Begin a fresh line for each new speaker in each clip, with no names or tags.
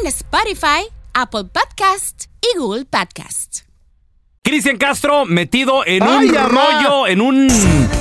en Spotify, Apple Podcast y Google Podcast.
Cristian Castro metido en
Ay,
un
mamá.
rollo, en un...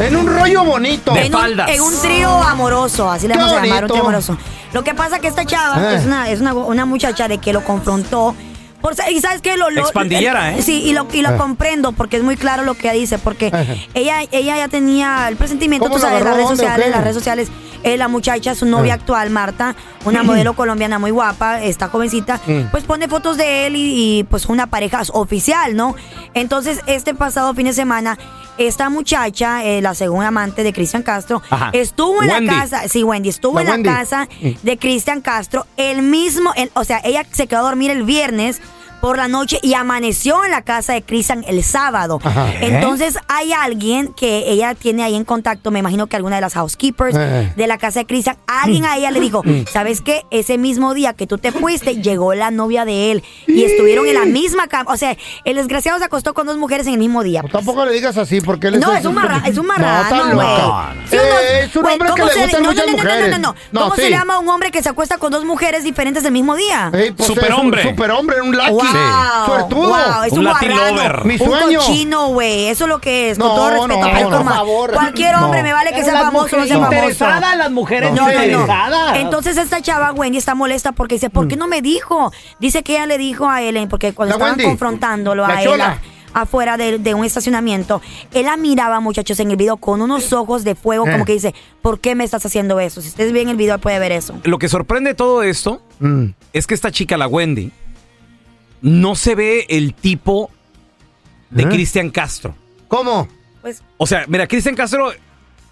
En un rollo bonito.
De
en un,
faldas.
en un trío amoroso, así le
Qué
vamos a llamar, un
bonito.
trío amoroso. Lo que pasa que esta chava
Eh.
es, una, es una, una muchacha de que lo confrontó. Por, ser- y sabes que lo, lo
Expandillera, ¿eh?
Sí, y lo, y lo
Eh.
comprendo porque es muy claro lo que dice, porque
Ajá.
ella, ella ya tenía el presentimiento,
¿Cómo
tú
la
sabes, las
agarró?
redes
¿Dónde o
sociales,
qué?
las redes sociales. eh, la muchacha, su novia
Eh.
actual, Marta, una modelo colombiana muy guapa, está jovencita,
Mm.
pues pone fotos de él y, y, pues una pareja oficial, ¿no? Entonces, este pasado fin de semana, esta muchacha, eh, la segunda amante de Cristian Castro,
Ajá.
estuvo en
Wendy.
la casa, sí, Wendy, estuvo
La
en la
Wendy.
casa
Mm.
de Cristian Castro el mismo, el- o sea, ella se quedó a dormir el viernes por la noche y amaneció en la casa de Cristian el sábado.
Ajá. ¿Eh?
Entonces hay alguien que ella tiene ahí en contacto, me imagino que alguna de las housekeepers
Eh. Mm.
de la casa de Cristian, alguien a ella le dijo, ¿sabes qué? Ese mismo día que tú te fuiste, llegó la novia de él
Mm.
y estuvieron en la misma cama. O sea, el desgraciado se acostó con dos mujeres en el mismo día.
No, Pues Tampoco le digas así porque él
No, es un marra- es un marrano, güey. Sí, uno-
Eh, es un
güey,
hombre que
¿cómo
le
se
gustan
no, no,
muchas
no, no, no,
mujeres.
No, no,
No,
no. ¿Cómo
sí.
se llama un hombre que se acuesta con dos mujeres diferentes el mismo día?
Ey, pues, es un
Superhombre.
Superhombre, un
Wow,
látigo. Suertudo.
wow, es
Un
un,
Latin
guarrano,
lover.
Mi
un
sueño.
cochino, güey. Eso es lo que es. Con
No,
todo respeto,
no,
ay,
no,
coma.
por favor.
Cualquier hombre
No.
me vale que sea
Las
famoso o no sea
mujeres
famoso.
interesadas, las mujeres
No,
No,
sí.
no, no.
Ah.
interesadas.
Entonces esta chava Wendy está molesta porque dice, ¿por qué no me dijo? Dice que ella le dijo a Ellen, porque cuando
Mm. La
estaban
Wendy.
confrontándolo
La
a él,
chola.
a- afuera de, de un estacionamiento, él la miraba, muchachos, en el video con unos ojos de fuego,
Eh.
como que dice, ¿por qué me estás haciendo eso? Si ustedes ven el video, puede ver eso.
Lo que sorprende de todo esto
Mm.
es que esta chica, la Wendy, no se ve el tipo de
¿Eh?
Cristian Castro.
¿Cómo?
Pues,
O sea, mira, Cristian Castro,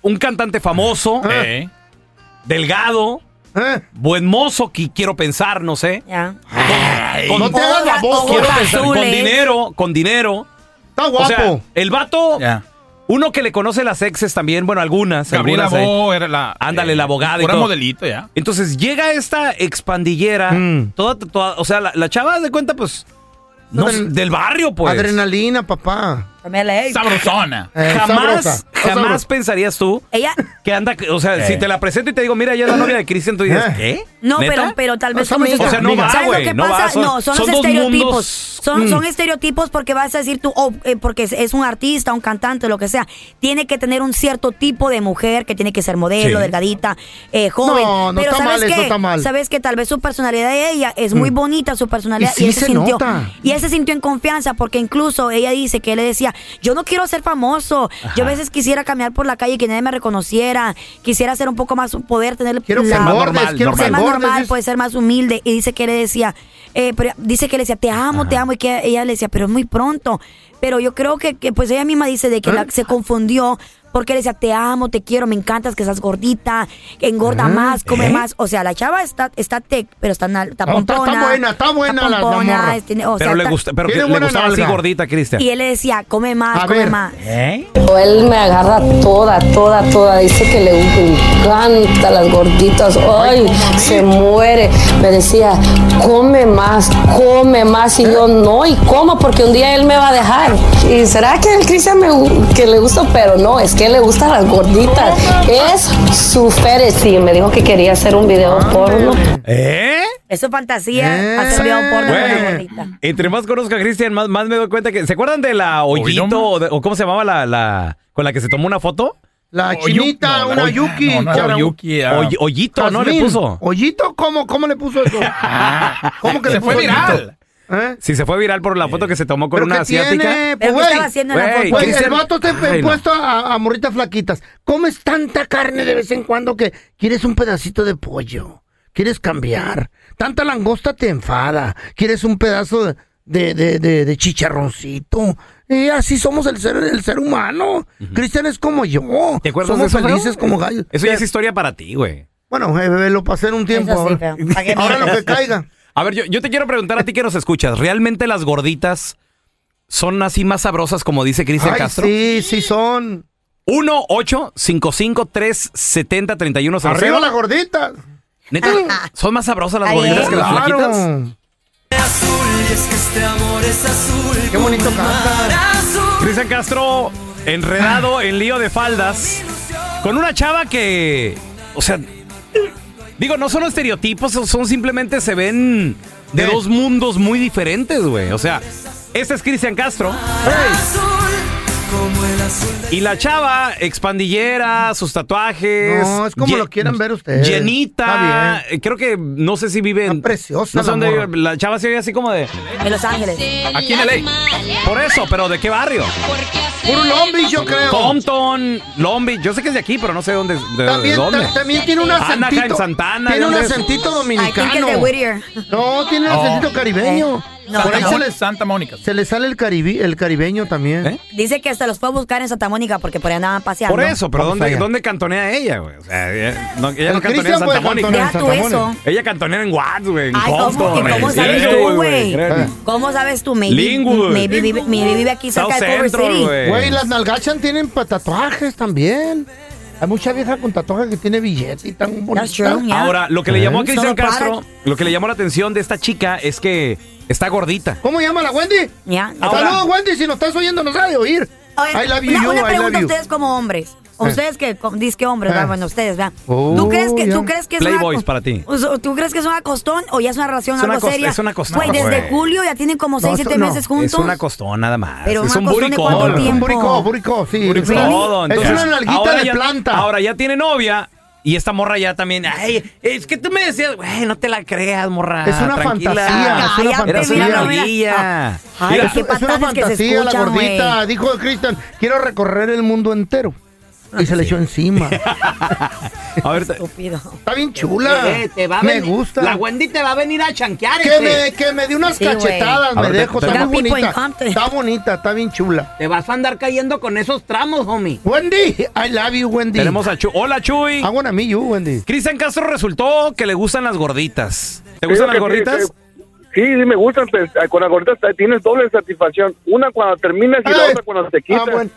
un cantante famoso,
Ah.
Eh,
delgado,
¿Eh?
buen mozo, que quiero pensar, no sé.
ya.
Con,
no te hagas la
Hola,
voz,
ojos
quiero
quiero pensar.
pensar, con
azules.
dinero, con dinero.
Está
O
guapo.
sea, el vato,
ya.
uno que le conoce las exes también, bueno, algunas.
Gabriela
algunas, eh.
Bo era la.
Ándale, la abogada y
Una
todo.
modelito, ya.
Entonces llega esta expandillera,
Mm.
toda, toda- o sea, la, la chava haz de cuenta, pues, no
Adren-
sé, del barrio, pues.
Adrenalina, papá.
Dame la-
Sabrosona.
Eh,
jamás,
sabrosa.
jamás
Sabrosa.
pensarías tú
Ella,
que anda, o sea,
Eh.
si te la presento y te digo, mira, ella es la novia de Cristian, tú dices,
Eh.
¿qué?
No,
¿Neta?
pero, pero tal vez
son
como dices
amigas.
tú,
O sea, no va,
¿Sabes
güey,
lo que
no va,
pasa?
son-
no, son,
son
los
dos
estereotipos.
mundos.
Son,
Mm.
son estereotipos porque vas a decir tú, oh, eh, porque es, es un artista, un cantante, lo que sea. Tiene que tener un cierto tipo de mujer que tiene que ser modelo,
Sí.
delgadita, eh, joven.
No, no
pero
está
¿sabes
mal,
qué?
eso está mal. Mm.
Sabes que tal vez su personalidad de ella es muy bonita, su personalidad.
Y sí
él se,
se
sintió,
nota.
y él se sintió en confianza porque incluso ella dice que él le decía, yo no quiero ser famoso. Yo a veces quisiera caminar por la calle y que nadie me reconociera. Quisiera ser un poco más, poder tener
Quiero que
la-
me bordes,
normal,
quiero que
ser
me
más
bordes.
normal,
dices.
puede ser más humilde. Y dice que le decía, eh, pero dice que le decía, te amo, te amo. Y que ella le decía, pero es muy pronto. Pero yo creo que, que, pues ella misma dice de que
¿Eh?
la- se confundió porque le decía, te amo, te quiero, me encantas que estás gordita, que engorda
¿Eh?
más, come más. O sea, la chava está, está tech, pero está, na- está
No, Ah, está- está
pompona.
buena, está buena la- la
pompona,
morra.
tiene- o
Pero
sea,
le
está-
gusta, pero que
Tiene
le
buena
gustaba así
nalga.
gordita, Cristian.
Y él le decía, come más,
A
come
ver.
más.
¿Eh?
Él me agarra toda, toda, toda. Dice que le encanta las gorditas. Ay, se muere. Me decía, come más, come más. Y yo no, y como, porque un día él me va a dejar. Y será que el Cristian me gu- que le gusta, pero no, es que le gustan las gorditas. Es su férez. Y me dijo que quería hacer un video porno.
¿Eh?
Eso es fantasía,
Eh.
hacer video porno con una
Güey.
gordita.
Entre más conozco a Cristian, más, más me doy cuenta que. ¿Se acuerdan de la
Hoy
Hoyito
no más.
o, de- o cómo se llamaba la, la- con la que se tomó una foto?
La
Oyu-
chinita,
no, la
una
Oy-
yuki.
no, no era
chara-
Oyuki, ah. era-
Oy- Hoyito, ¿no? Le
Jazmín.
puso.
¿Hoyito? ¿Cómo, cómo le puso eso? ¿Cómo que
Ah, Se
le
fue
puso
viral.
hoyito? ¿Eh?
Si se fue viral por la foto que se tomó con
¿Pero
una
qué
asiática.
tiene?
¿Pero
Pues,
qué
güey,
estaba haciendo en la
güey,
foto?
güey, Pues, el
Cristian-
vato te
Ay,
ha
no.
puesto a, a morritas flaquitas. Comes tanta carne de vez en cuando que quieres un pedacito de pollo. Quieres cambiar. Tanta langosta te enfada. Quieres un pedazo de, de, de- de chicharroncito. Y así somos el ser, el ser humano. Cristian es como yo.
¿Te acuerdas
somos
de eso, Raúl?
felices como gallos.
Eso ya es historia para ti, güey.
Bueno, eh, bebé, lo pasé en un tiempo.
Eso sí,
ahora.
feo. ¿Para qué
Ahora lo
mientes?
que caiga.
A ver, yo, yo te quiero preguntar a ti que nos escuchas. ¿Realmente las gorditas son así más sabrosas como dice Cristian
Ay,
Castro?
Sí, sí son.
1 8 55 370 31
Arriba las gorditas.
¿Neta? ¿Son más sabrosas las
Ay,
gorditas que las flaquitas?
Qué bonito canta.
Cristian Castro enredado en lío de faldas con una chava que, o sea, digo, no son estereotipos, son- son simplemente se ven de
Sí.
dos mundos muy diferentes, güey. O sea, este es Cristian Castro. Y la chava, expandillera, sus tatuajes.
No, es como
ye-
lo quieran ver ustedes.
Llenita.
Está
eh, Creo que, no sé si vive en...
Está preciosa
No sé
la
dónde
morra.
vive, La chava se ve así como de...
En Los Ángeles.
Aquí en LA. Por eso, pero ¿de qué barrio?
Puro lombi, yo creo.
Compton, Long Beach. Yo sé que es de aquí, pero no sé dónde. es- De,
También,
dónde.
ta- también tiene un
Anaheim,
acentito.
Santana,
tiene
¿de
un
dónde es?
acentito
I think
dominicano.
it's de Whittier. Eh,
No, tiene un
Oh.
acentito caribeño.
No,
Por ahí
no.
se le,
Santa Mónica.
se le sale el, caribi- el caribeño también.
¿Eh?
Dice que hasta los fue a buscar en Santa Mónica porque por ahí andaban paseando.
Por eso, pero
Vamos
¿dónde,
allá.
¿dónde cantonea ella, güey? O sea, ella no, ella no cantonea
El
en
Cristian
Santa
puede
Mónica.
cantonear.
Deja
Santa
tú eso.
Mónica.
Ella cantonea en Watts, güey, en
Ay, ¿cómo,
Compton.
que, ¿cómo
güey.
sabes
Sí,
tú, güey?
créeme.
¿Cómo sabes tú? Maybe,
Linwood.
maybe, vive- maybe vive aquí
South
cerca de Culver
Central,
City.
güey.
Güey, las nalgachas tienen pa- tatuajes también. Hay mucha vieja con tatuajes que tiene billete y tan bonita.
That's true, yeah.
Ahora, lo que le llamó a
¿Eh?
Cristian
Solo para-
Castro, lo que le llamó la atención de esta chica es que está gordita.
¿Cómo llama la Wendy?
Ya.
Ahora-
Saludos, Wendy. Si nos estás oyendo, nos ha de oír.
Oye,
I love you,
una,
you,
una
I
pregunta
love
a
you.
ustedes como hombres. O
Eh.
Ustedes que com- dice que hombres,
Eh.
¿verdad? bueno, ustedes, vean.
Oh,
¿Tú crees que
ya.
tú crees que es
Playboys
una,
para ti.
o sea, ¿Tú crees que es una costón o ya es una relación
Es una
algo
cos-
seria?
es una costón,
Güey, desde
güey.
julio ya tienen como 6,
No,
7
no,
meses
es
juntos.
Es una costón nada más.
Pero
es
una
un
costón de
buricón.
cuánto
güey.
tiempo?
Buricó, buricó, sí.
Puro
buricó.
Pues todo,
Pues Es
entonces.
una nalguita
Ahora
de
ya-
planta.
Ahora ya tiene novia y esta morra ya también. Ay, es que tú me decías, güey, no te la creas, morra.
Es una
tranquila".
fantasía, es una
Cállate,
Eras una
fantasía.
mira, mira.
nalguilla.
Ah,
Mira,
ay, qué
es, es una
patadas que se
fantasía la
escuchan,
gordita. Dijo Cristian, quiero recorrer el mundo entero. Y se le echó encima. Está
a ver, te-
Estúpido.
bien chula.
eh,
me gusta.
Wendy te va a venir a chanquear.
que, me, que me dio unas
Sí, güey.
cachetadas,
A ver,
me
te-
dejo.
te-
Está
Got
muy
people in
bonita.
Compton.
Está bonita, está bien chula.
Te vas a andar cayendo con esos tramos, homie.
Wendy, I love you, Wendy.
tenemos a Chuy. Hola, Chuy.
I wanna meet you, Wendy.
Cristian Castro resultó que le gustan las gorditas. ¿Te gustan las
Creo que sí,
gorditas?
Sí, sí, me gustan. pues, con las gorditas te- tienes doble satisfacción. Una cuando terminas y la
Ay.
otra cuando te
Ah,
quitas.
bueno.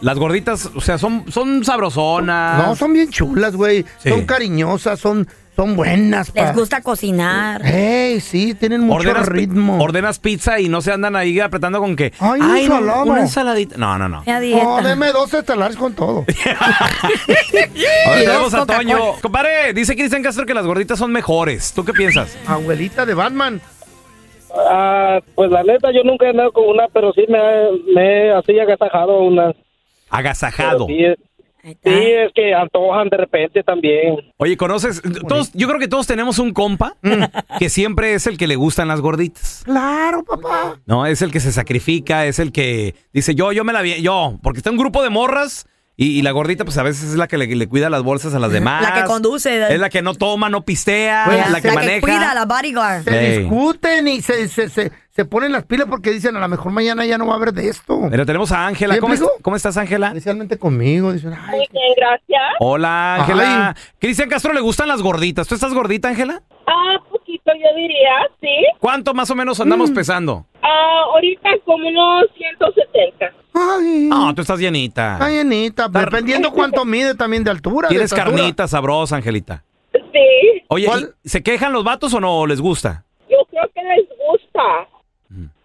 Las gorditas, o sea, son, son sabrosonas.
Ah.
No, son bien chulas, güey.
Sí.
Son cariñosas, son, son buenas.
Ah.
pa.
Les gusta cocinar.
Hey, sí, tienen mucho
Ordenas, pi-
ritmo.
ordenas pizza y no se andan ahí apretando con que.
Ay, un
no,
salado".
una ensaladita. No, no, no.
Una dieta.
No, deme dos estelares con todo.
A ver,
Dos
tenemos a
Coca-Cola.
Toño. Compadre, dice Cristian Castro que las gorditas son mejores. ¿Tú qué piensas?
Abuelita de Batman.
Ah, pues la neta, yo nunca he andado con una, pero sí me, me he así agasajado unas.
Agasajado.
Sí, es-
Ahí está.
sí,
Ah.
es que antojan de repente también.
Oye, ¿conoces? Todos, yo creo que todos tenemos un compa
Mm.
que siempre es el que le gustan las gorditas.
Claro, papá.
No, es el que se sacrifica, es el que dice yo, yo me la vi, yo, porque está un grupo de morras y, y la gordita pues a veces es la que le, le cuida las bolsas a las demás.
La que conduce.
Ah, Es la que no toma, no pistea,
Ya.
la que maneja.
cuida, la bodyguard.
Se
Ey.
discuten y se, se, se, se ponen las pilas porque dicen a lo mejor mañana ya no va a haber de esto.
Mira, tenemos a Ángela.
¿Sí,
¿Cómo,
amigo?
est- cómo estás, Ángela?
Especialmente conmigo. Dicen, ay,
Muy bien, gracias.
Hola, Ángela. Cristian Castro le gustan las gorditas. ¿Tú estás gordita, Ángela?
Ah, poquito yo diría, sí.
¿Cuánto más o menos andamos
Mm.
pesando?
Ah, ahorita como unos 170.
ay,
No, tú estás llenita.
ay, Anita.
Tar-
Dependiendo cuánto mide también de altura. de
Tienes
estatura.
carnita sabrosa, Angelita.
Sí,
Oye,
¿Cuál?
¿y ¿se quejan los vatos o no les gusta?
yo creo que les gusta.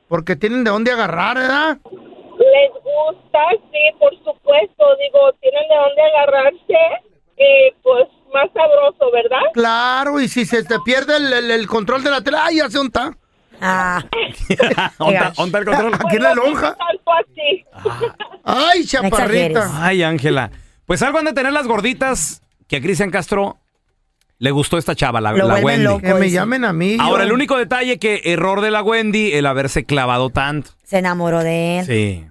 Porque tienen de dónde agarrar, ¿verdad?
Les gusta, sí, por supuesto. Digo, tienen de dónde agarrarse. Y pues más sabroso, ¿verdad?
Claro, y si se te pierde el, el- el control de la tela, ay, ya se unta.
Ah,
¿Onta, onta el control?
Aquí en la lonja.
Tanto así.
Ay,
exageres.
chaparrita.
Ay, Ángela. Pues algo han de tener las gorditas que a Cristian Castro le gustó esta chava, la,
Lo
la
vuelven
Wendy.
loco, Que me dice. llamen a mí,
Ahora,
yo-
el único detalle que error de la Wendy el haberse clavado tanto.
Se enamoró de él.
Sí.